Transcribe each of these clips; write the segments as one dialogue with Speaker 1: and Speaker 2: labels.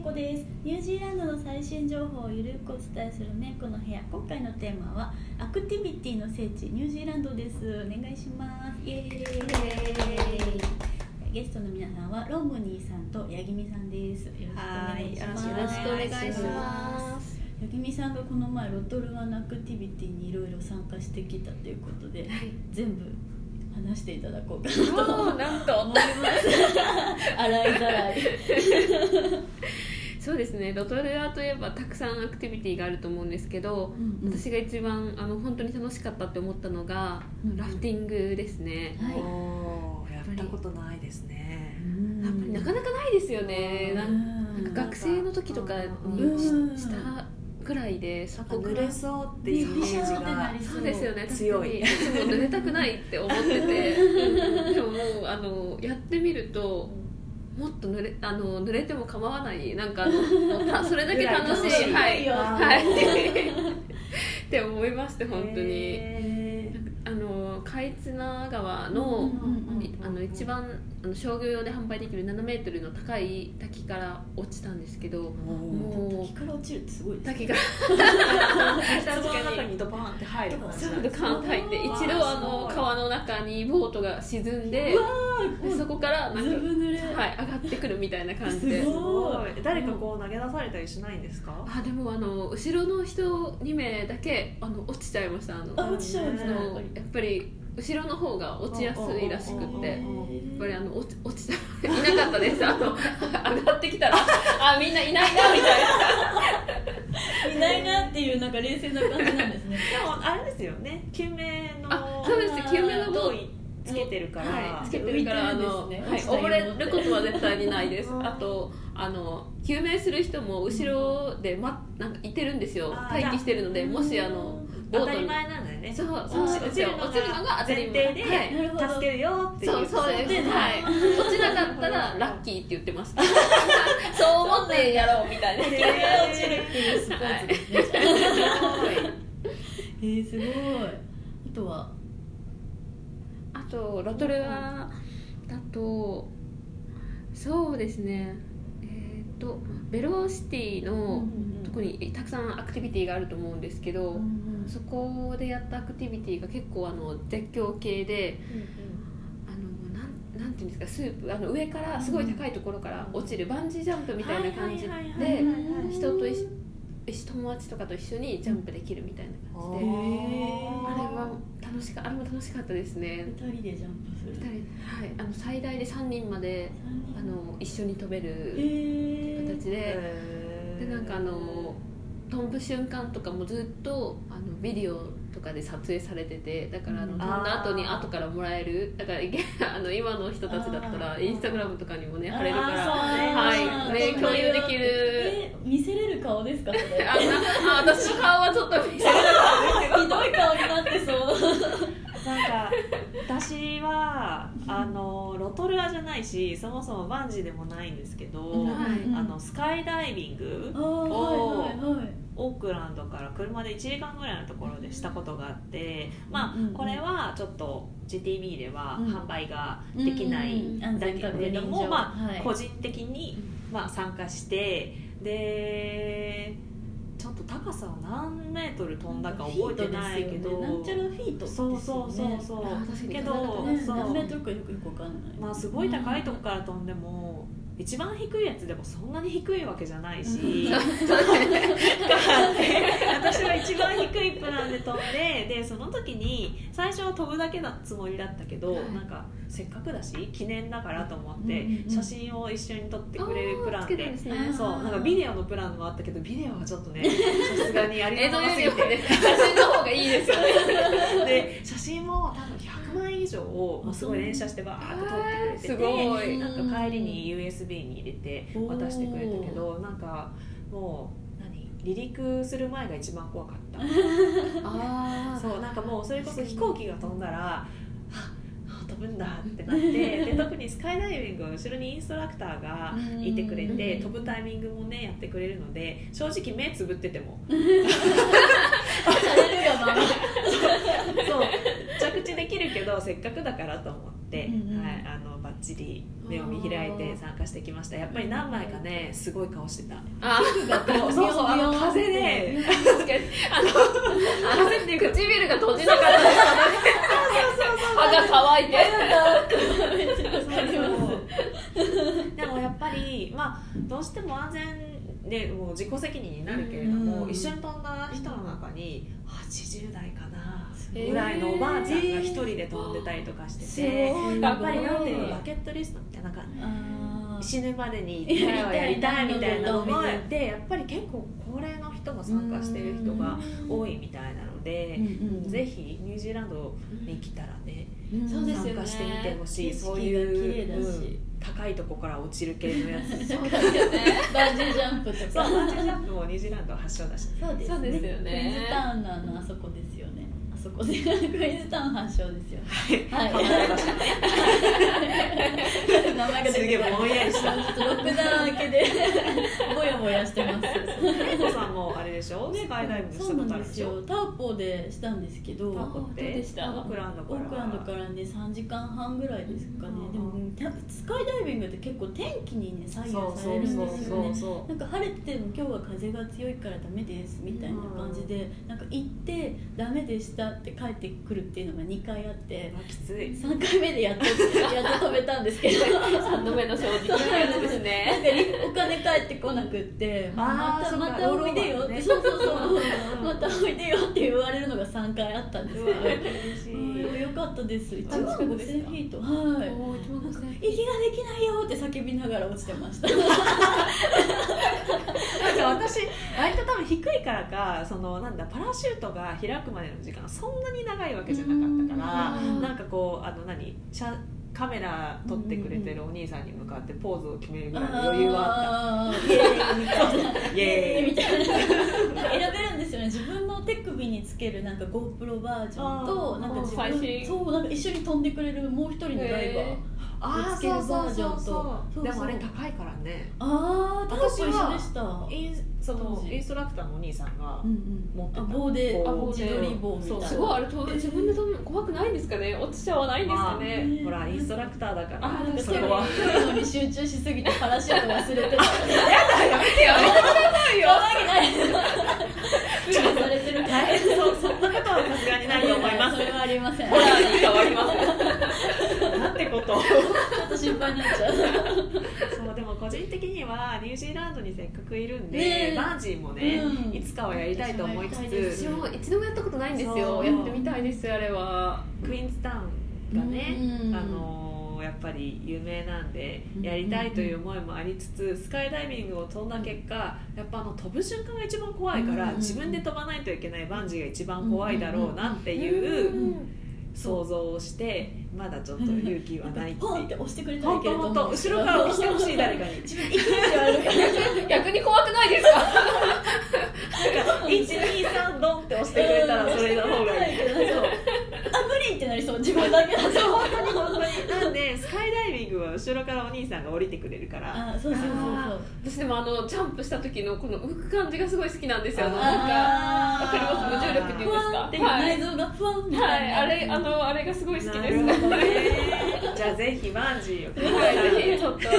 Speaker 1: ニュージーランドの最新情報をゆるくお伝えする「メイクの部屋」今回のテーマはアクティビティの聖地ニュージーランドですお願いしますイエーイゲストの皆さんはロングニーさんと八木美さんですよろしくお願いします
Speaker 2: はいよろしくお願いします
Speaker 1: 八木美さんがこの前ロトルアのアクティビティにいろいろ参加してきたということで、全部話していただこうかなと
Speaker 2: もうなんと
Speaker 1: 思い ます 洗いざらい
Speaker 2: そうですねロトルアといえばたくさんアクティビティがあると思うんですけど、
Speaker 1: うんうん
Speaker 2: 私が一番あの本当に楽しかったって思ったのが、
Speaker 1: うん
Speaker 2: ラフティングですね、
Speaker 1: はい
Speaker 3: おーやったことないですね
Speaker 2: やっぱりなかなかないですよね、なん
Speaker 1: なん
Speaker 2: か学生の時とか
Speaker 3: うん
Speaker 2: にし,、
Speaker 1: うん
Speaker 2: たぐらいでそ
Speaker 3: なんか
Speaker 2: こぐ
Speaker 3: 濡
Speaker 2: ら
Speaker 3: れ
Speaker 2: い
Speaker 3: そうっていうイメージ
Speaker 1: そうってな
Speaker 3: が
Speaker 1: り
Speaker 2: そうですよね確かに
Speaker 3: 強い
Speaker 2: つも濡れたくないって思って てうんでももうあのやってみるともっと濡れあの濡れても構わないなんかあのたそれだけ楽しい
Speaker 3: ぐら
Speaker 2: はい
Speaker 1: い楽
Speaker 3: しい
Speaker 2: はい って思いまして本当にあの海津名川の、
Speaker 1: うんうんうん
Speaker 2: いあの一番あの商業用で販売できる7メートルの高い滝から落ちたんですけども
Speaker 1: 滝から落ちるってすごいで
Speaker 2: う
Speaker 1: すね
Speaker 2: 滝が
Speaker 3: 確かに中にドバンって入る感じなん
Speaker 2: ド
Speaker 3: です
Speaker 2: カンと入って
Speaker 1: うわ
Speaker 2: 一
Speaker 1: ー
Speaker 2: 度あ
Speaker 3: す
Speaker 2: の
Speaker 3: ごい
Speaker 2: 川の中にボートが沈んで
Speaker 1: うわ
Speaker 2: でそこからなん
Speaker 1: ずぶ
Speaker 2: か、
Speaker 1: 濡れ、
Speaker 2: はい、上がってくるみたいな感じです
Speaker 3: すごい誰かこう投げ出されたりしないんですか
Speaker 2: あでもあの後ろの人2名だけあの落ちちゃいましたあの
Speaker 1: あ落ちちゃうんで
Speaker 2: あ
Speaker 1: すね
Speaker 2: のやっぱり後ろの方が落ちやすいらしく
Speaker 3: うんうんうんうん
Speaker 2: てやっ
Speaker 1: や
Speaker 2: ぱりあの落ち落ちたいなかったですあの上がってき たらあみんないないなみたいない
Speaker 1: ないなっていうなんか冷静な感じなんですね
Speaker 3: でもあれですよね救命
Speaker 2: あ
Speaker 3: の
Speaker 2: そうです救命のボ
Speaker 3: 胴
Speaker 2: ー
Speaker 3: 衣つけてるから、
Speaker 2: はい、つけてるからあ
Speaker 1: 浮い
Speaker 2: の、
Speaker 1: てるん
Speaker 2: は
Speaker 1: で
Speaker 2: い、
Speaker 1: すね
Speaker 2: 溺れることは絶対にないです
Speaker 3: うん
Speaker 2: あとあの救命する人も後ろで、ま、なんかいてるんですよ
Speaker 3: あー
Speaker 2: 待機してるのでもしあのボ
Speaker 3: 当
Speaker 2: ート
Speaker 3: た
Speaker 2: に
Speaker 3: り前なんだよね
Speaker 2: そうそう
Speaker 3: 落
Speaker 2: な
Speaker 3: ち
Speaker 2: んで
Speaker 3: 落
Speaker 2: す
Speaker 3: ち
Speaker 2: よ
Speaker 3: るの
Speaker 2: 落ちるのが
Speaker 3: が
Speaker 2: 当た
Speaker 3: 前
Speaker 2: り
Speaker 3: 提
Speaker 2: 前
Speaker 3: で
Speaker 2: はい
Speaker 1: なるほど
Speaker 3: 助けるよっていう
Speaker 2: そうそう
Speaker 1: 想
Speaker 2: で
Speaker 1: 定
Speaker 2: す
Speaker 1: 内
Speaker 2: はい落ちなかったらラッキーって言ってま したそう思ってやろうみた いな
Speaker 1: 滝から落ちるっていうスポーツですね、えー、すごいあとは
Speaker 2: あとロトルアだとそうですねえっ、とベロシティの、特にたくさんアクティビティがあると思うんですけど、そこでやったアクティビティが結構あの絶叫系であのなんなんていうんですかスープあの上からすごい高いところから落ちるバンジージャンプみたいな感じ
Speaker 3: はいはいはいは
Speaker 2: で
Speaker 3: い
Speaker 2: 人と一緒友達とかと一緒にジャンプできるみたいな感じであれは楽しかあれも楽しかったですね
Speaker 1: 2人でジャンプする
Speaker 2: 二人はい、あの最大で3人まであの一緒に飛べ
Speaker 1: え
Speaker 2: る
Speaker 1: ー、
Speaker 2: 形で。でなんかあの飛ぶ瞬間とかもずっとあのビデオとかで撮影されててだからあの
Speaker 1: うん
Speaker 2: 飛んだ後に後からもらえるだからいけ あの今の人たちだった
Speaker 1: あ
Speaker 2: ら
Speaker 1: ー
Speaker 2: インスタグラムとかにもね貼れるから
Speaker 1: あーそう
Speaker 2: はい
Speaker 1: ね
Speaker 2: ね共有できる
Speaker 1: え見せれる顔ですかそれ
Speaker 2: あなあ私の顔はちょっと見せれなかっ
Speaker 1: ひどい顔になってそう
Speaker 3: なんか私はあのロトルアじゃないしそもそもバンジーでもないんですけど、
Speaker 2: んはい
Speaker 3: あのスカイダイビング
Speaker 1: あーはいはいはい
Speaker 3: オークランドから車で1時間ぐらいのところでしたことがあってまあ、
Speaker 1: うんうん
Speaker 3: これはちょっと GTB では
Speaker 1: うん
Speaker 3: 販売ができない
Speaker 1: うん
Speaker 3: ん
Speaker 1: 安
Speaker 3: だ
Speaker 1: 全
Speaker 3: け
Speaker 1: 確
Speaker 3: れ
Speaker 1: 認
Speaker 3: ども、
Speaker 1: 上
Speaker 3: ま
Speaker 1: は
Speaker 3: あ
Speaker 1: い
Speaker 3: 個人的に、まあ、参加してでちょっと高さを何メートル飛んだか覚えてないけど、
Speaker 1: フィートですよねなんちゃらフィートですよ
Speaker 3: そ
Speaker 1: ね
Speaker 3: うそうそうそう、
Speaker 2: あ確かに
Speaker 3: けど、
Speaker 1: ね
Speaker 3: そう
Speaker 1: 何メートルかよくよくわかんない
Speaker 3: まあすごい高いとこから飛んでも一番低いやつでもそんなに低いわけじゃないし、 私は一番低いプランで飛んででその時に最初は飛ぶだけのつもりだったけど、
Speaker 2: はい
Speaker 3: なんかせっかくだし記念だからと思って、
Speaker 1: うんうんうん
Speaker 3: 写真を一緒に撮って
Speaker 2: た
Speaker 3: くれるプ
Speaker 2: あー
Speaker 3: ラ
Speaker 2: つ
Speaker 3: ン
Speaker 2: けたん
Speaker 3: で
Speaker 2: です
Speaker 1: あー
Speaker 2: ね
Speaker 3: そうなんかビデオのプランもあったけどビデオはちょっとねさすがにあり
Speaker 2: 映
Speaker 3: が
Speaker 2: 像
Speaker 3: と
Speaker 2: よ
Speaker 3: す
Speaker 2: り
Speaker 3: ぎ
Speaker 2: もね
Speaker 3: て
Speaker 2: 写真の方がいいですよね
Speaker 3: で写真も多分100枚以上をもうすごい連写してバーッと撮ってくれてて、
Speaker 2: あーすごい
Speaker 3: なんか帰りに USB に入れて
Speaker 1: おー
Speaker 3: 渡してくれたけどなんかもう何離陸する前が一番怖かった。
Speaker 2: あ
Speaker 3: そうなんかもうそれこそ飛行機が飛んだらああ飛ぶんだってな ってで特にスカイダイビングは後ろにインストラクターがいてくれて
Speaker 2: うん
Speaker 3: 飛ぶタイミングもねやってくれるので正直目つぶってても
Speaker 1: されるがまま
Speaker 3: そう着地できるけどをせっかくだからと思って、
Speaker 1: うんうん
Speaker 3: はい、あのバッチリ目を見開いて参加してきましたやっぱり何枚かねすごい顔してた
Speaker 2: あ
Speaker 3: そうそうそうあの風で
Speaker 2: 確かにあの風って唇が閉じなかったですよね歯が乾いて
Speaker 3: でもやっぱり、まあ、どうしても安全でもう自己責任になるけれども、
Speaker 1: うん
Speaker 3: 一緒に飛んだ人の中に80代かな
Speaker 1: ご
Speaker 2: い
Speaker 3: ぐらいのおばあちゃんが一人で飛んでたりとかしてて、
Speaker 2: ごい
Speaker 3: やっぱりなんていうの
Speaker 2: すごい
Speaker 3: バケットリストみたいな感じ
Speaker 1: あー
Speaker 3: 死ぬまでに1回はやりたいみたいな思いでやっぱり結構高齢の人も参加してる人が多いみたいなので、ぜひニュージーランドに来たらね
Speaker 1: そうですよね
Speaker 3: 参加してみてほしい、
Speaker 1: 景色が
Speaker 3: そういう
Speaker 1: 綺麗だし
Speaker 3: うん高いとこから落ちる系のや つ
Speaker 2: そうですよね
Speaker 1: バンジージャンプと
Speaker 3: そ
Speaker 1: か
Speaker 3: うバンジージャンプもニュージーランド発祥だし
Speaker 1: そうです
Speaker 2: そうですよね
Speaker 1: クイズタウンのあのあそこですよねあそこでクイズタウン発祥ですよねはい
Speaker 3: 考えました
Speaker 1: 名前が
Speaker 3: す
Speaker 1: 出
Speaker 3: げ
Speaker 1: てこ
Speaker 3: え
Speaker 1: ない
Speaker 3: ぼんやりした
Speaker 1: ちょっとロックダウン明けでぼやぼやしてます
Speaker 3: 玲子さんもあれでしょスカイダイブし
Speaker 1: そ
Speaker 3: た
Speaker 1: う
Speaker 3: こ
Speaker 1: な
Speaker 3: と
Speaker 1: ん
Speaker 3: あ
Speaker 1: で
Speaker 3: るですしょ
Speaker 1: よターポでしたんですけど
Speaker 3: ターポっ
Speaker 2: あどうで
Speaker 3: て
Speaker 2: した
Speaker 3: オークランドか
Speaker 1: オ
Speaker 3: ら
Speaker 1: ークランドからね3時間半ぐらいですかね
Speaker 3: うん
Speaker 1: でもたスカイダイビングって結構天気にね左右
Speaker 3: そう
Speaker 1: さ
Speaker 3: そ
Speaker 1: れるん
Speaker 3: う
Speaker 1: です
Speaker 3: そ
Speaker 1: よ
Speaker 3: う
Speaker 1: ね
Speaker 3: そうそう
Speaker 1: なんか晴れてても今日は風が強いからダメですみたいな感じで、なんか行ってダメでしたって帰ってくるっていうのが2回あって
Speaker 3: あきつい
Speaker 1: 3回目で やっとやっと飛べたんですけど
Speaker 2: 3度目の正直です
Speaker 1: なん
Speaker 2: ね
Speaker 1: かりお金返ってこなくって
Speaker 3: あ
Speaker 1: ま
Speaker 3: ー
Speaker 1: た
Speaker 3: そうか
Speaker 1: またおいでよって、
Speaker 3: ロ
Speaker 1: そう
Speaker 3: ー
Speaker 1: そう
Speaker 3: マンね
Speaker 1: そうまたおいでよって言われるのが3回あったんです
Speaker 3: う
Speaker 1: け
Speaker 3: わ
Speaker 1: ど
Speaker 3: 嬉し
Speaker 1: うん
Speaker 3: い
Speaker 1: よかったです1
Speaker 3: あ
Speaker 1: 万
Speaker 3: そうです
Speaker 1: 5000
Speaker 3: か
Speaker 1: フィートはい
Speaker 2: おー一万五千
Speaker 1: 息ができないよって叫びながら落ちてました
Speaker 3: なんか私割と多分低いからかそのなんだパラシュートが開くまでの時間そんなに長いわけじゃなかったか
Speaker 2: うん
Speaker 3: らなんかこうあの何写カメラ撮ってくれてるお兄さんに向かってポーズを決めるぐらいの余裕はあ
Speaker 1: あ
Speaker 3: っ
Speaker 1: ーイエーイみたいな
Speaker 3: たイエーイ
Speaker 1: みたいななんか選べるんですよね自分の手首につけるなんか GoPro バージョン
Speaker 3: あ
Speaker 1: と
Speaker 3: ー
Speaker 1: なんか自
Speaker 2: 最新
Speaker 1: 分そうなんか一緒に飛んでくれるもう一人のダイバー
Speaker 2: へー
Speaker 3: ああ
Speaker 1: ぶつける
Speaker 3: そうそう
Speaker 1: バ
Speaker 3: そう
Speaker 1: ージョン
Speaker 3: そ
Speaker 1: と
Speaker 3: うでもあれ
Speaker 1: そうそう
Speaker 3: 高いからね
Speaker 1: ああタコ
Speaker 3: 私
Speaker 1: 一
Speaker 3: は
Speaker 1: 緒でしたう
Speaker 3: インそ
Speaker 1: 当
Speaker 3: の
Speaker 1: 時
Speaker 3: インストラクターのお兄さんが
Speaker 1: んうん
Speaker 3: 持ってた
Speaker 1: あ棒で
Speaker 3: 棒
Speaker 1: あ自撮り棒みたいな
Speaker 3: そ
Speaker 2: す
Speaker 3: う
Speaker 2: ごいあれと自分で止め怖くないんですかね落ちちゃわないんですかね
Speaker 1: い
Speaker 3: ほらインストラクターだか
Speaker 2: あー
Speaker 3: らそ
Speaker 1: テレ
Speaker 3: れ
Speaker 1: ビ
Speaker 3: は
Speaker 1: 撮るのに集中しすぎてパラシュート忘れてた
Speaker 3: やめてよ
Speaker 1: やばいない ちょっとされてるから
Speaker 3: 大変そう そんなことはさすがにないと思います
Speaker 1: それはありません
Speaker 2: ホラーに変わります
Speaker 3: なんてこと
Speaker 1: ちょっと心配になっちゃう
Speaker 3: そうでも個人的にはニュージーランドにせっかくいるんで、
Speaker 1: ねえ
Speaker 3: バンジーもね、
Speaker 1: うん
Speaker 3: いつかはやりたいと思いつ
Speaker 1: 私もやりたいです
Speaker 2: 私
Speaker 3: つ
Speaker 2: も一度もやったことないんです
Speaker 3: そ
Speaker 2: よ
Speaker 3: う
Speaker 2: やってみたいですあれは
Speaker 3: クイーンズタウンがね、
Speaker 1: うん
Speaker 3: あのーやっぱり有名なんで
Speaker 1: うん
Speaker 3: やりたいという思いもありつつスカイダイビングを飛んだ結果やっぱあの飛ぶ瞬間が一番怖いから、
Speaker 1: うん
Speaker 3: 自分で飛ばないといけないバンジーが一番怖いだろうなっていううん想像をしてまだちょっと勇気はないって
Speaker 1: ポンっ
Speaker 3: い
Speaker 1: て
Speaker 3: う。
Speaker 1: 押してくれたら
Speaker 3: 本
Speaker 1: いけ
Speaker 3: 当
Speaker 1: ると
Speaker 3: 本
Speaker 1: 思
Speaker 3: 当
Speaker 1: うんですけ
Speaker 3: 後
Speaker 1: ど
Speaker 3: ろから押してほしい誰かに
Speaker 1: 自分勢いで悪い
Speaker 2: 逆に怖くないですか
Speaker 3: 123ドンって押してくれたらそれの方がいい
Speaker 1: うんあ無理ってなりそう自分だけだと本当に
Speaker 3: 本当になんでスカイダイビングは後ろからお兄さんが降りてくれるから
Speaker 1: あそうそうそうそう
Speaker 2: あ私でもあのジャンプした時のこの浮く感じがすごい好きなんですよあの
Speaker 3: ー
Speaker 2: なんか
Speaker 1: あ
Speaker 2: わかります無重力っていうんですか
Speaker 1: ふわーって
Speaker 2: は
Speaker 1: 内
Speaker 2: い
Speaker 1: 臓がふわんみ
Speaker 2: は
Speaker 1: たい
Speaker 2: い
Speaker 1: な
Speaker 2: あれあのあれがすごい好き
Speaker 3: な
Speaker 2: で
Speaker 3: る
Speaker 2: す
Speaker 3: ほどねじゃあぜひバンジーを
Speaker 2: はいぜひちょっとあの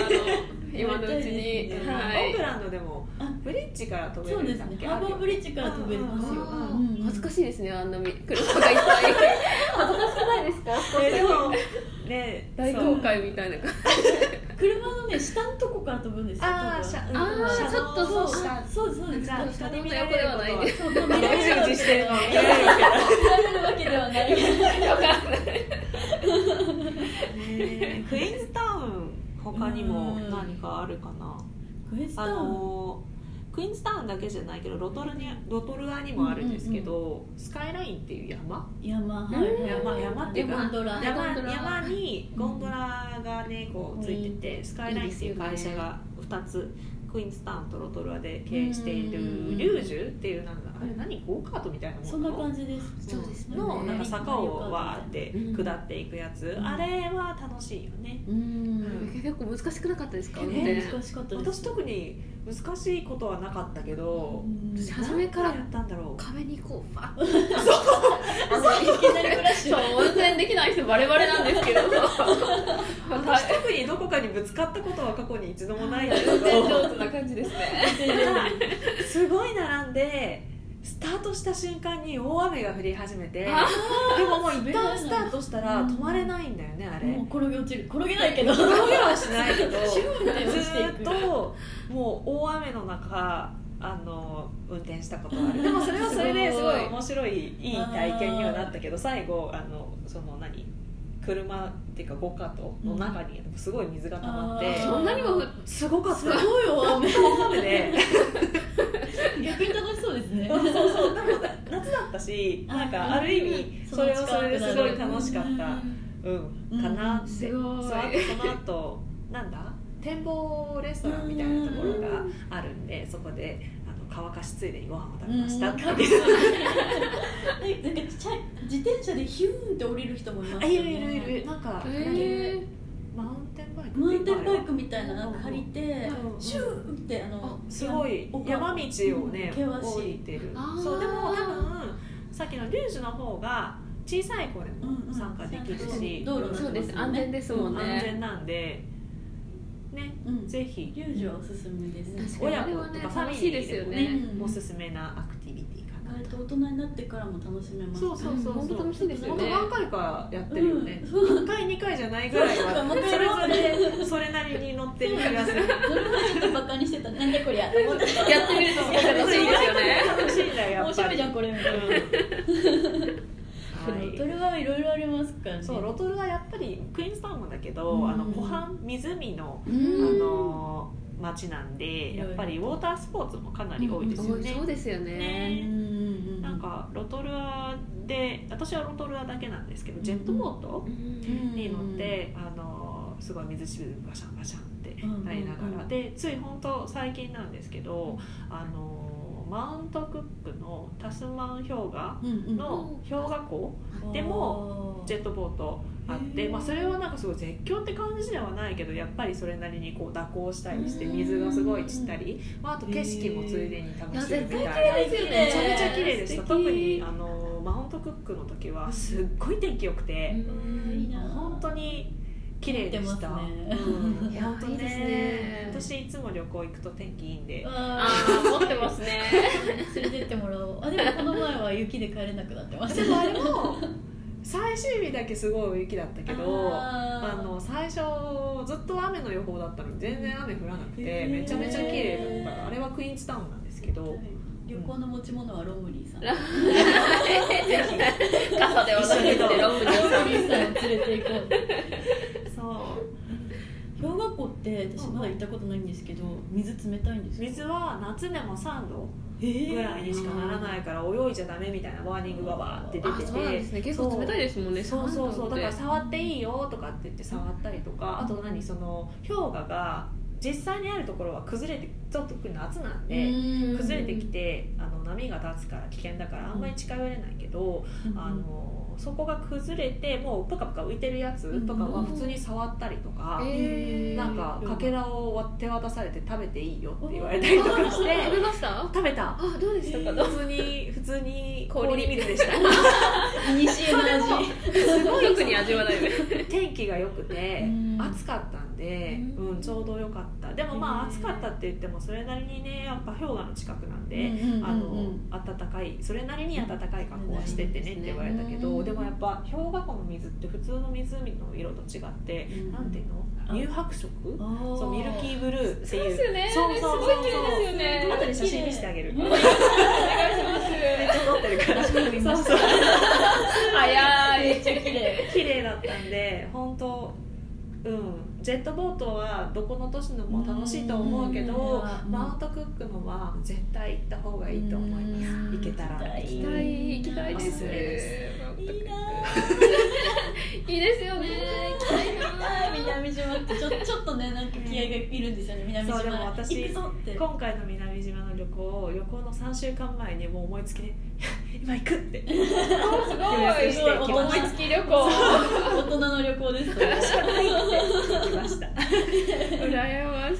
Speaker 2: 今のうちに
Speaker 1: うん
Speaker 3: オ
Speaker 2: は
Speaker 3: ー
Speaker 2: い
Speaker 3: クランドでも
Speaker 1: あ
Speaker 3: ブリッジから飛べ
Speaker 1: そう
Speaker 3: る
Speaker 1: で
Speaker 3: ん
Speaker 1: す
Speaker 3: だっ
Speaker 1: ね
Speaker 3: け
Speaker 1: ハーバーブリッジから飛べま
Speaker 2: あ
Speaker 1: すよ
Speaker 3: あ
Speaker 2: ー
Speaker 1: うんうん
Speaker 2: 恥ずかしいですねあん なみ車がいっぱい恥ずかしくないですか
Speaker 3: えでもね
Speaker 2: 大
Speaker 3: そう
Speaker 2: 公開みたいな感じ
Speaker 1: 車のね下のとこから飛ぶんですよ
Speaker 3: あー
Speaker 1: 多分
Speaker 3: シャ
Speaker 2: あー
Speaker 3: シャ
Speaker 2: ちょっとそう
Speaker 3: シャ
Speaker 1: あそうそうです
Speaker 3: じゃあ人に見られること
Speaker 2: 横
Speaker 3: は
Speaker 2: で
Speaker 1: そうそう
Speaker 3: 見られるうちしてるのを見られるけど
Speaker 1: られるわけではない
Speaker 2: よかった
Speaker 3: ねクイーンズタウン他にも何かあるかな
Speaker 1: クエスタ
Speaker 3: あ
Speaker 1: ン
Speaker 3: のークイーンズタウンだけじゃないけどロトルにロトルアにもあるんですけど、スカイラインっていう山
Speaker 1: 山は
Speaker 2: う
Speaker 1: い
Speaker 2: ん
Speaker 3: 山山っていうか
Speaker 1: ゴンドラ
Speaker 2: あ
Speaker 3: 山
Speaker 2: ゴンドラ
Speaker 3: 山にゴンドラがねこうついてて、スカイラインっていう
Speaker 2: いい
Speaker 3: 会
Speaker 2: です
Speaker 3: 社
Speaker 2: よね
Speaker 3: が2つクイーンズタウンとロトルアで経営している
Speaker 1: うん
Speaker 3: リュージュっていうなんかあれ何ゴーカートみたいなもの
Speaker 1: そんな感じです
Speaker 2: そうですね
Speaker 3: のなんか坂をわーって
Speaker 2: うん
Speaker 3: 下っていくやつ、
Speaker 1: うん
Speaker 3: あれは楽しいよね
Speaker 1: うん
Speaker 2: 結構難しくなかったですか
Speaker 3: え
Speaker 2: 運転
Speaker 1: ね難しかったです
Speaker 3: 私特に難しいことはなかったけど
Speaker 1: うん
Speaker 2: 私初めから
Speaker 3: 何やったんだろう
Speaker 2: 壁にこうファッ
Speaker 1: いきなりクラッシュ
Speaker 2: そう温泉できなない人バレバレなんですけ ど
Speaker 3: 私特にどこかにぶつかったことは過去に一度もないんです け
Speaker 2: 全
Speaker 3: ど
Speaker 2: 然上手な感じですね
Speaker 3: すごい並んでスタートした瞬間に大雨が降り始めてで
Speaker 2: あ
Speaker 3: ももう一旦スタートしたら
Speaker 1: うん
Speaker 3: 止まれないんだよねあれ
Speaker 1: もう転げ落ちる転げないけど
Speaker 3: 転げはしないけど
Speaker 1: シューンって落ち
Speaker 3: ず
Speaker 1: ていく
Speaker 3: ーっともう大雨の中あの運転したことはあるでもそれはそれですす
Speaker 2: ご
Speaker 3: ご
Speaker 2: い
Speaker 3: い面白いいい体験にはなったけど最後あのその何車っていうかゴカートの中にすごい水が溜まって
Speaker 1: あー
Speaker 2: そんなにもふ
Speaker 3: すごかった
Speaker 1: すごい大雨
Speaker 3: 大雨で
Speaker 1: 逆に楽しそうですね
Speaker 3: そうそうでも夏だったしなんかある意味それはそれですごい楽しかったうんかなって
Speaker 2: すごい
Speaker 3: そうあとその後なんだ展望レストランみたいなところがあるんでそこであの乾かしついでにご飯を食べましたっていう
Speaker 1: えなんかちゃい自転車でヒューンって降りる人もいます
Speaker 3: あ
Speaker 1: よ
Speaker 3: い
Speaker 1: ね
Speaker 3: るいるいるなんか、
Speaker 2: え
Speaker 3: マウンテンバイク
Speaker 1: マウンテンバイクみたいなの借りて
Speaker 3: うん
Speaker 1: シューンってあの
Speaker 3: すごい
Speaker 1: 丘
Speaker 3: 山道をね
Speaker 1: うん険
Speaker 3: 降
Speaker 1: し
Speaker 3: り
Speaker 1: い
Speaker 3: てる
Speaker 2: あー
Speaker 3: そうでも多分さっきのリュージュの方が小さい子でも参加できるし、
Speaker 1: うんうん
Speaker 2: ー
Speaker 1: 道路
Speaker 2: そうです安全ですもん
Speaker 3: 安
Speaker 2: ね
Speaker 3: 全なんでね
Speaker 1: うん
Speaker 3: ぜひ
Speaker 1: リュージュはおすすめですね
Speaker 2: 確かに
Speaker 3: 親子とかファミリーでも
Speaker 2: あれはね楽しいです
Speaker 1: よ
Speaker 3: ね
Speaker 1: ね
Speaker 3: おすすめなアクティビティかな
Speaker 1: 割と大人になってからも楽しめます
Speaker 3: そうそうそう
Speaker 2: 本当楽しいですよ
Speaker 3: 本当
Speaker 2: ね
Speaker 3: 何回かやってるよね
Speaker 1: うん
Speaker 3: 1回2回じゃないぐらいは
Speaker 1: そう
Speaker 3: それぞれそれなりに乗ってる気がする
Speaker 1: それはちょっとバカにしてた なんだこりゃと思ってた
Speaker 2: やってみると楽しいですよね
Speaker 3: 楽しいんだよや
Speaker 1: 面
Speaker 3: っぱ
Speaker 1: 白い
Speaker 3: り
Speaker 1: じゃんこれみたいな
Speaker 3: うん
Speaker 1: ロトルはいろいろありますからね
Speaker 3: そうロトルはやっぱりクイーンズタウンもだけど、
Speaker 1: うん
Speaker 3: あの湖畔湖の、
Speaker 2: う
Speaker 3: あ
Speaker 2: ん
Speaker 3: の町なんでやっぱりウォータースポーツもかなり多いですよね、
Speaker 2: そうですよ
Speaker 1: うん
Speaker 2: ね
Speaker 1: うんうん
Speaker 3: なんかロトルアで私はロトルアだけなんですけどジェットボート
Speaker 2: うん
Speaker 3: に乗って、あのすごい水しぶきがシャンガシャンってなりながら、
Speaker 1: うんうんうん
Speaker 3: でつい本当最近なんですけどあのマウントクックのタスマン氷河
Speaker 1: うんうん
Speaker 3: の氷河湖でもジェットボートあっ
Speaker 1: へ
Speaker 3: て、
Speaker 1: ー
Speaker 3: まあ、それはなんかすごい絶叫って感じではないけどやっぱりそれなりにこう蛇行したりして水がすごい散ったり、まあ、あと景色もついでに楽しむみたいな
Speaker 2: あー絶対綺麗ですよね
Speaker 3: めちゃめちゃ綺麗でした
Speaker 2: 素敵
Speaker 3: 特にあのマウントクックの時はすっごい天気良くて、
Speaker 1: いいな
Speaker 3: 本当に綺麗で
Speaker 1: 凝っ
Speaker 3: した、
Speaker 1: てますね
Speaker 3: うん
Speaker 2: いや
Speaker 3: 本当ね
Speaker 2: いいですね
Speaker 3: 私いつも旅行行くと天気いいんで
Speaker 1: あ
Speaker 2: ああ持ってますね
Speaker 1: ー連れてってもらおうあでもこの前は雪で帰れなくなってまし
Speaker 3: で
Speaker 1: た
Speaker 3: もあれも最終日だけすごい雪だったけどあ
Speaker 1: あー
Speaker 3: の最初ずっと雨の予報だったのに全然雨降らなくて、
Speaker 1: へー
Speaker 3: めちゃめちゃ綺麗だったあれはクイーンズタウンなんですけど
Speaker 1: 旅行の持ち物はロムリーさん
Speaker 2: ロ 傘で渡してってロングで
Speaker 1: ロムリーさんを連れて行こう
Speaker 3: そう
Speaker 1: 氷河湖って私まだ行ったことないんですけど水冷たいんですか
Speaker 3: 水は夏でも3度ぐ
Speaker 1: ぐ
Speaker 3: らいにしかならないから泳いじゃダメみたいなワーニングがわーって
Speaker 2: あ
Speaker 3: 出て
Speaker 2: そうなんで
Speaker 3: て
Speaker 2: すね結構冷たいですもんね
Speaker 3: そうそうそうだから
Speaker 2: サ
Speaker 3: 触っていいよとかって言って触ったりとかあと何その氷河が実際にあるところは崩れてちょっと特に夏なんで。
Speaker 2: ンドって
Speaker 3: 崩れてきてあの波が立つから危険だからあんまり近寄れないけど、あのそこが崩れてもうぷかぷか浮いてるやつとかは普通に触ったりとか、
Speaker 2: えー
Speaker 3: なんかかけらを割って渡されて食べていいよって言われたりとかし
Speaker 2: 食べ
Speaker 3: て
Speaker 2: ましたあ
Speaker 3: 食べた
Speaker 2: どうでしたかどう
Speaker 3: 普通に普通に
Speaker 2: 氷
Speaker 3: 氷水でした
Speaker 1: 西への味
Speaker 3: すごい
Speaker 2: 特に味はないです
Speaker 3: 天気が良くて
Speaker 1: うん
Speaker 3: 暑かったんで、
Speaker 2: うん
Speaker 3: うん、ちょうど良かったでもま
Speaker 1: へー
Speaker 3: あ暑かったって言ってもそれなりにねやっぱ氷河の近くなんで、あの暖かいそれなりに暖かい格好はしてってねって言われたけど、
Speaker 2: うん
Speaker 3: でもやっぱ氷河湖の水って普通の湖の色と違って、
Speaker 1: うん
Speaker 3: なんていう
Speaker 1: あ
Speaker 3: の乳白色そうミルキーブルーって
Speaker 2: そう
Speaker 3: い
Speaker 2: で
Speaker 3: う
Speaker 2: すよね
Speaker 3: そうそうそう
Speaker 2: すごい綺麗ですよね
Speaker 3: 後で写真見せてあげる
Speaker 1: うん
Speaker 3: めっちゃ撮ってるから
Speaker 1: 私も見ました
Speaker 3: そうそう
Speaker 2: 早
Speaker 1: め
Speaker 2: い
Speaker 1: っちゃ綺麗
Speaker 3: 綺麗だったんで本当うん、ジェットボートはどこの都市のも楽しいと思うけど
Speaker 1: うん
Speaker 3: マウントクックのは絶対行った方がいいと思います
Speaker 1: うん
Speaker 3: 行けたら
Speaker 1: 行き
Speaker 2: 行きたい行きたいで
Speaker 3: おす
Speaker 2: す
Speaker 3: すめです
Speaker 1: いい なあ
Speaker 2: いいですよね行きたいな
Speaker 1: 南島ってちょ ちょっとねなんか気合がいるんですよね南島
Speaker 3: そうでも私
Speaker 1: 行くぞって
Speaker 3: 今回の南島の旅行を旅行の3週間前に もう思いつきで「今行く!」って
Speaker 2: すごい
Speaker 1: すごい
Speaker 2: 思いつき旅行
Speaker 1: 大人の旅行ですね
Speaker 3: 行きました
Speaker 2: 羨まし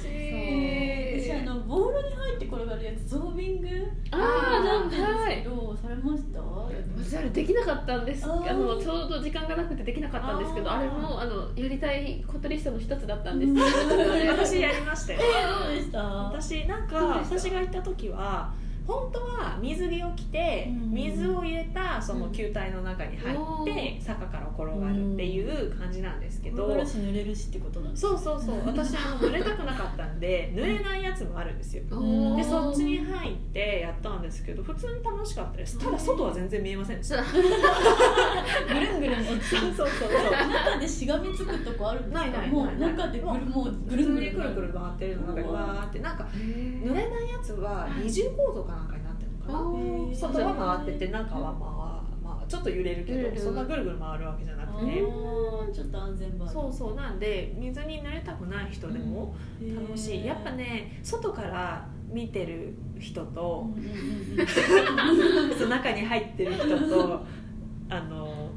Speaker 1: 私あ
Speaker 2: い
Speaker 1: のボールに入って転がるやつゾービング
Speaker 2: ああーなんか
Speaker 1: なん
Speaker 2: は
Speaker 1: です
Speaker 2: い
Speaker 1: けど、されました
Speaker 2: 私あれできなかったんです
Speaker 1: あー
Speaker 2: あのちょうど時間がなくてできなかったんですけど
Speaker 1: あー
Speaker 2: あれもあのやりたいことリストの一つだったんです
Speaker 1: うん
Speaker 3: 私やりましたよ
Speaker 1: どうでした
Speaker 3: 私なんか
Speaker 2: どうでした
Speaker 3: 私が行った時は本当は水着を着て
Speaker 1: うん
Speaker 3: 水を入れたその球体の中に入
Speaker 2: お
Speaker 3: って
Speaker 2: ー
Speaker 3: 坂から転がるっていう感じなんですけど、
Speaker 1: 転がるし濡れるしってことなんですか
Speaker 3: そうそうそう私あの濡れたくなかったん で濡れないやつもあるんですよ
Speaker 2: おー
Speaker 3: でそっちに入ってやったんですけど普通に楽しかったですただ外は全然見えませんでした
Speaker 1: ぐるんぐるん落ち
Speaker 3: そう
Speaker 1: る
Speaker 3: そうそう
Speaker 1: 中でしがみつくとこあるんですか
Speaker 3: ないない
Speaker 1: もう
Speaker 3: ないない
Speaker 1: 中でぐるもうぐ
Speaker 3: 普
Speaker 1: る
Speaker 3: 通
Speaker 1: ん
Speaker 3: に
Speaker 1: ぐ
Speaker 3: く
Speaker 1: る
Speaker 3: る
Speaker 1: ん
Speaker 3: くる回ってるの中にわーってなんか濡れないやつは二重構造かなんかになってるのかな
Speaker 1: ー
Speaker 3: 外は回ってて中はまあ、まあ、ちょっと揺れるけ
Speaker 2: 揺
Speaker 3: ど
Speaker 2: れる
Speaker 3: そんなぐるぐる回るわけじゃなくて
Speaker 1: あーちょっと安全バージョン
Speaker 3: そうそうなんで水に濡れたくない人でも楽しい、やっぱね外から見てる人
Speaker 1: うん
Speaker 3: と
Speaker 1: う、んうんうん
Speaker 3: その中に入ってる人と あの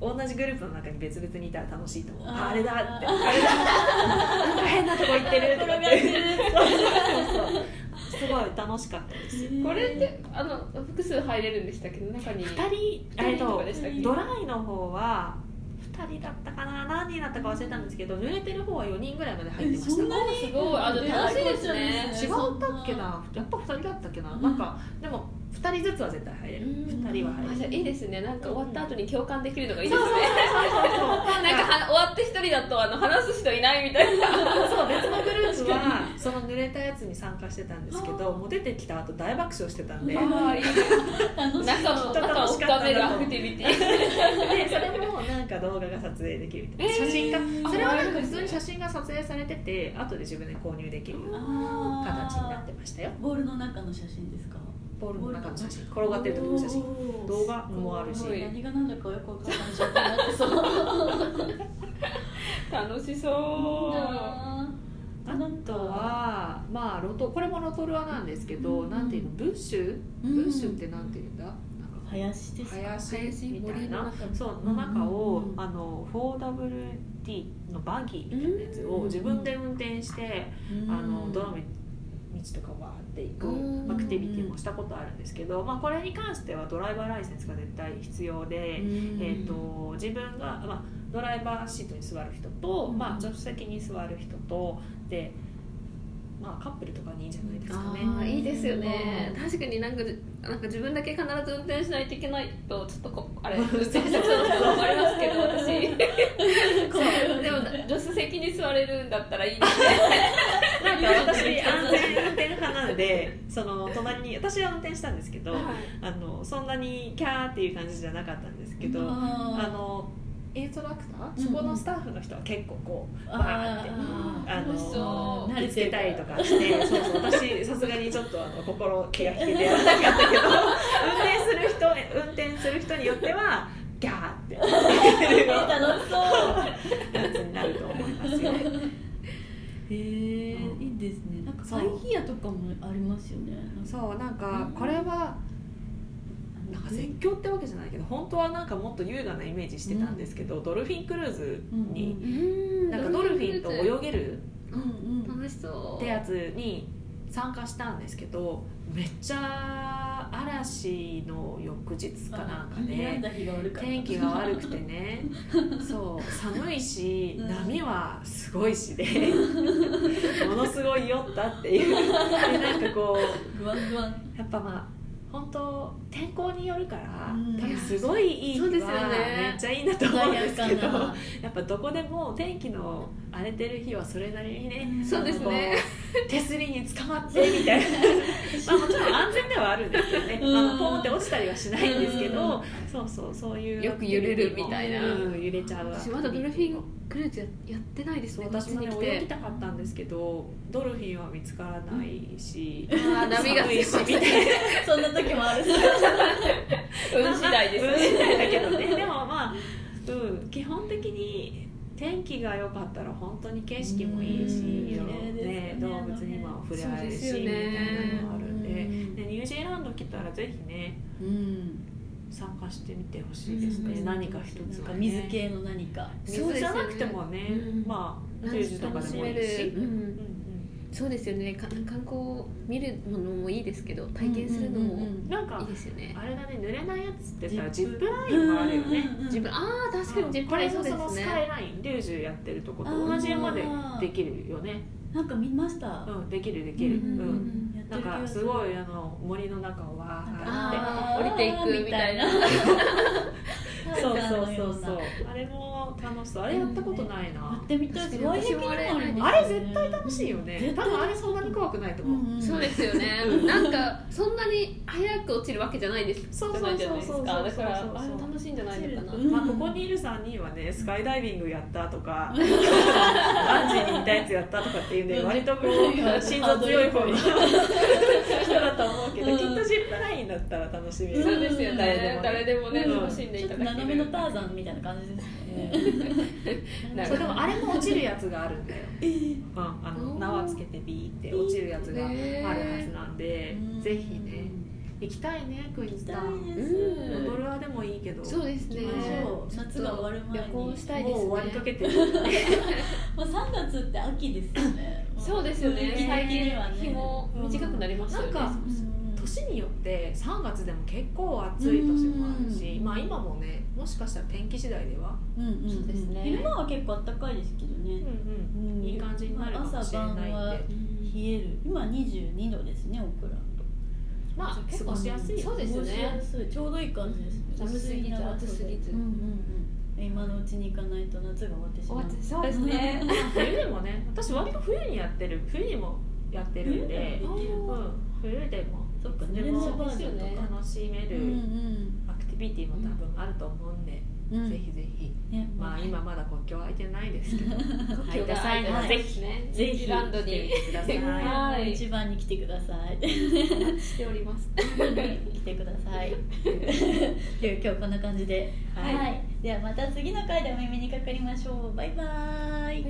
Speaker 3: 同じグループの中に別々にいたら楽しいと思う
Speaker 1: あー
Speaker 3: ああれだってあれだなんか変なとこ行ってるとかってそうそうすごい楽しかったです
Speaker 2: これってあの複数入れるんでしたっけど中に
Speaker 3: 2人
Speaker 2: 二
Speaker 3: えっ
Speaker 2: 人と
Speaker 3: と
Speaker 2: かでしたっけ
Speaker 3: ドライの方は2人だったかな何人だったか忘れたんですけど濡れてる方は4人ぐらいまで入ってました
Speaker 1: えそんなに
Speaker 2: すごいあの楽しいですね
Speaker 3: 違ったっけなやっぱ2人だったっけな、なんかでも2人ずつは絶対入れる、
Speaker 2: うん
Speaker 3: 2人は入れ
Speaker 2: あ
Speaker 3: る
Speaker 2: じゃあいいですねなんか終わった後に共感できるのがいいで
Speaker 3: そう
Speaker 2: す
Speaker 3: そう
Speaker 2: ね
Speaker 3: そうそうそう
Speaker 2: なんかは終わって一人だとあの話す人いないみたいな
Speaker 3: そう別のグループはその濡れたやつに参加してたんですけ
Speaker 1: あ
Speaker 3: ど
Speaker 1: ー
Speaker 3: もう出てきた後大爆笑してたんでで
Speaker 2: ああいいです
Speaker 1: 楽しい
Speaker 2: 中の中を深めるアクティビティ
Speaker 3: それもなんか動画が撮影できるみたいな
Speaker 2: えー
Speaker 3: 写真
Speaker 1: あ
Speaker 3: がそれはなん
Speaker 2: あ
Speaker 3: か普通に写真が撮影されてて後で自分で購入できる
Speaker 1: あー
Speaker 3: 形になってましたよ
Speaker 1: ボールの中の写真ですか
Speaker 3: ボールの中の写真転がってる時の写真
Speaker 1: おー
Speaker 3: 動画もあるし
Speaker 1: すごい何が何だかよくわかんない状態になってそう
Speaker 2: 楽しそう
Speaker 3: あとはまあロトこれもロトルアなんですけど、
Speaker 1: うん
Speaker 3: なんていうのブッシュ
Speaker 1: うん
Speaker 3: ブッシュってなんていうんだなんか
Speaker 1: 林ですか
Speaker 3: 林みたい
Speaker 2: 森の
Speaker 3: な
Speaker 2: 中
Speaker 3: そうの中を、
Speaker 1: うん
Speaker 3: あの 4WD のバギーみたいなやつを自分で運転して、あのどの道とかわーっていく
Speaker 2: うん
Speaker 3: アクティビティもしたことあるんですけど、まあ、これに関してはドライバーライセンスが絶対必要で、えー、と自分が、まあ、ドライバーシートに座る人と、
Speaker 1: うん
Speaker 3: まあ、助手席に座る人とで、まあ、カップルとかにいいんじゃないですか
Speaker 2: あ
Speaker 3: ね。
Speaker 2: ーいいですよね確かになんかなんか自分だけ必ず運転しないといけないとちょっとこう あれ運転したくなるのもありますけど私 でも助手席に座れるんだったらいいですね
Speaker 3: なんか私安全運転派なんでその隣に私は運転したんですけどあのそんなにキャーっていう感じじゃなかったんですけどあ
Speaker 1: あ
Speaker 3: のインストラクター
Speaker 1: うんうん
Speaker 3: そこのスタッフの人は結構こう
Speaker 1: ー
Speaker 3: バーって
Speaker 1: あ
Speaker 3: あ
Speaker 2: 楽しそ
Speaker 3: の
Speaker 1: う
Speaker 3: 慣れてたりとかしてそうそう私さすがにちょっとあの心気が引けてやらなかったけど運転する人運転する人によってはギャーって
Speaker 1: ー楽しそう
Speaker 3: やつになると思いますよ
Speaker 1: へえ
Speaker 3: うん
Speaker 1: いいですねなんか
Speaker 3: そう
Speaker 1: アイヒアとかもありますよね
Speaker 3: そうなんか
Speaker 1: うん
Speaker 3: これはなんか絶叫ってわけじゃないけど本当はなんかもっと優雅なイメージしてたんですけど、ドルフィンクルーズに、
Speaker 2: うん
Speaker 3: なんかドルフィンと泳げる
Speaker 1: うんうん
Speaker 2: 楽しそう
Speaker 3: ってやつに参加したんですけどめっちゃ嵐の翌日かなんか
Speaker 1: 選ん
Speaker 3: で
Speaker 1: だ日が悪かった
Speaker 3: 天気が悪くてねそう寒いし
Speaker 1: うん
Speaker 3: 波はすごいし でものすごい酔ったっていうでなんかこう
Speaker 1: グワングワン
Speaker 3: やっぱまあ本当天候によるから、
Speaker 1: うん
Speaker 3: 多分すごいいい日は
Speaker 2: そうですよね
Speaker 3: めっちゃいいなと思うんですけど
Speaker 1: 穏やかな
Speaker 3: やっぱどこでも天気の荒れてる日はそれなりにね
Speaker 2: そうですね
Speaker 3: こう手すりにつかまってみたいなまあもちろん安全ではあるんですけどね、
Speaker 1: うん
Speaker 3: まあ、ポンって落ちたりはしないんですけ
Speaker 1: う
Speaker 3: どそうそうそういう
Speaker 2: よく揺れるみたいな
Speaker 3: うん揺れちゃう
Speaker 2: 私まだドルフィンクルーズややってないですね
Speaker 3: 私もね
Speaker 2: こっちに来て
Speaker 3: 泳ぎたかったんですけどドルフィンは見つからないし、
Speaker 2: あー波が
Speaker 3: 寒いし
Speaker 2: 強い
Speaker 3: みたいな
Speaker 1: そんな時もある
Speaker 2: 運次第ですね
Speaker 3: 運次第だけどね。でもまあ、うん、基本的に天気が良かったら本当に景色もいいし、
Speaker 1: うん
Speaker 3: いろいろ
Speaker 1: 綺麗で
Speaker 3: ね
Speaker 1: すよ
Speaker 3: 動
Speaker 1: ね
Speaker 3: 物にも触れ合えるし、
Speaker 2: そうです
Speaker 3: み
Speaker 2: よ
Speaker 3: た
Speaker 2: ね
Speaker 3: いなのもあるんで
Speaker 1: うん
Speaker 3: でニュージーランド来たらぜひね
Speaker 1: うん
Speaker 3: 参加してみてほしいですね、
Speaker 1: うん
Speaker 3: 何か一
Speaker 1: な
Speaker 3: つ
Speaker 1: ん
Speaker 3: は
Speaker 1: か
Speaker 3: ね、
Speaker 1: 水系の何か
Speaker 3: 水じゃなくてもね、
Speaker 2: そうですよね
Speaker 3: まあ
Speaker 2: 楽
Speaker 3: クルーズとかで
Speaker 2: し
Speaker 3: も
Speaker 2: め
Speaker 3: いいし
Speaker 2: る、う
Speaker 3: うん
Speaker 2: ん、
Speaker 3: うん
Speaker 2: そうですよねか観光見るものもいいですけど体験するのも
Speaker 1: うんうんうんうん
Speaker 3: なん
Speaker 2: いい
Speaker 3: か
Speaker 2: ですよね、
Speaker 3: あれだね濡れないやつってさ
Speaker 1: ジ
Speaker 3: ジ
Speaker 1: ップ
Speaker 3: ップラインがあるよね
Speaker 1: うんうんうん
Speaker 2: 自分ああ確かにジップ
Speaker 3: こ
Speaker 2: ライ
Speaker 3: れ
Speaker 2: ンそ
Speaker 3: も
Speaker 2: うで
Speaker 3: その
Speaker 2: す
Speaker 3: スカイ
Speaker 2: ね
Speaker 3: ラインリュージュやってるとこと同じまでできるよね
Speaker 1: なんか見ました、
Speaker 3: うんできるできる
Speaker 2: う
Speaker 3: うんん
Speaker 1: やってる
Speaker 3: なん
Speaker 1: 気が
Speaker 3: かすごいあの森の中をわーっ
Speaker 2: あ
Speaker 1: あー
Speaker 2: 降りていくみたいな
Speaker 3: てそうそう
Speaker 1: タイ
Speaker 3: そ
Speaker 1: ガーのよ
Speaker 3: うそう
Speaker 1: な
Speaker 3: あれも楽しそうあれやったことない
Speaker 1: や
Speaker 3: な
Speaker 1: ってみたい
Speaker 2: 確かに私もあれ
Speaker 3: あれ絶対楽しいよね
Speaker 1: 絶
Speaker 3: 多
Speaker 1: 対
Speaker 3: 分あれそんなに怖くないと思う
Speaker 2: そうですよねなんかそんなに早く落ちるわけじゃないです
Speaker 3: そう
Speaker 2: じゃないじゃないです
Speaker 3: そうそう
Speaker 2: か
Speaker 3: そう
Speaker 2: だ
Speaker 3: そ
Speaker 2: か
Speaker 3: う
Speaker 2: らあれ楽しいんじゃないのかな
Speaker 1: うん
Speaker 3: まあここにいる3人はねスカイダイビングやったとかバンジーにいたやつやったとかっていうね
Speaker 1: うん
Speaker 3: 割とこう心臓強い方の人だと思うけ
Speaker 1: うん
Speaker 3: どきっとジップラインだったら楽しみ
Speaker 1: ん
Speaker 2: そうですよね
Speaker 3: 誰
Speaker 2: 誰でもね
Speaker 3: うん
Speaker 2: 楽しんで
Speaker 1: ちょ
Speaker 2: い
Speaker 1: っと
Speaker 2: ただける
Speaker 1: 斜めのターザンみたいな感じですね
Speaker 2: なる
Speaker 3: そ
Speaker 2: ほ
Speaker 3: う
Speaker 2: ど
Speaker 3: でもあれも落ちるやつがあるんだよ、うん、あ
Speaker 2: お
Speaker 3: の
Speaker 2: ー
Speaker 3: 縄つけてビーって落ちるやつがある
Speaker 2: へー
Speaker 3: はずなんで、ぜひね行きたいねクイ
Speaker 1: 行き
Speaker 3: ズ
Speaker 1: た
Speaker 3: タウン
Speaker 1: いで
Speaker 2: うん
Speaker 1: す
Speaker 3: ドルアでもいいけど
Speaker 2: そうですね
Speaker 3: 行きましょ
Speaker 1: そう夏が終わる前に
Speaker 2: 旅行したいで
Speaker 3: もう
Speaker 2: すね
Speaker 3: 終わりかけてる
Speaker 1: もう3月って秋ですよね
Speaker 2: そうですよね
Speaker 1: うん
Speaker 2: 最近
Speaker 1: はね
Speaker 2: 日も短くなりましたよね
Speaker 3: なんか
Speaker 1: うん
Speaker 3: 年によって3月でも結構暑い年もあるし、
Speaker 1: うん
Speaker 3: まあ今もねもしかしたら天気次第では、
Speaker 1: うんうんん
Speaker 2: そうですね
Speaker 1: 昼間は結構暖かいですけど
Speaker 3: うん
Speaker 1: ね
Speaker 3: うん
Speaker 1: うん
Speaker 3: いい感じになるかもしれないんで、
Speaker 1: 朝晩は冷える今22度ですねオクラ
Speaker 3: まあ過ごしやすいよ
Speaker 2: そうですね
Speaker 1: 過ごしやすいちょうどいい感じですね
Speaker 2: 寒すぎず暑すぎず
Speaker 1: うんうんうん今のうちに行かないと夏が終わってし
Speaker 2: 終
Speaker 1: ま
Speaker 2: わ
Speaker 1: う
Speaker 2: ってそうです ね
Speaker 3: 冬でもね私割と冬にやってる冬にもやってるんで
Speaker 1: 冬
Speaker 2: あ
Speaker 3: う
Speaker 2: ー
Speaker 3: ん、冬でも
Speaker 1: そっか
Speaker 3: で
Speaker 1: 濡れ
Speaker 3: も
Speaker 1: そば
Speaker 2: ですよね
Speaker 3: 楽しめ
Speaker 1: う
Speaker 3: る、
Speaker 1: んうん
Speaker 3: アクティビティも多分あると思うんで、
Speaker 1: うん
Speaker 3: ぜひぜひ、
Speaker 1: ね
Speaker 3: まあ今まだ国境空いてないですけど
Speaker 2: 今
Speaker 3: 空
Speaker 2: 日
Speaker 3: いた
Speaker 2: が
Speaker 3: 際にはぜ
Speaker 2: ぜひ
Speaker 3: ひ
Speaker 2: ね
Speaker 1: ぜ
Speaker 2: ぜ
Speaker 1: ひ
Speaker 2: ひランド
Speaker 3: 来てみ
Speaker 2: に
Speaker 3: てください
Speaker 2: ははい
Speaker 1: 一番に来てください
Speaker 2: しております
Speaker 1: 来てくださいという今日こんな感じで
Speaker 3: はい
Speaker 1: ではまた次の回でお耳にかかりましょうバイバーイ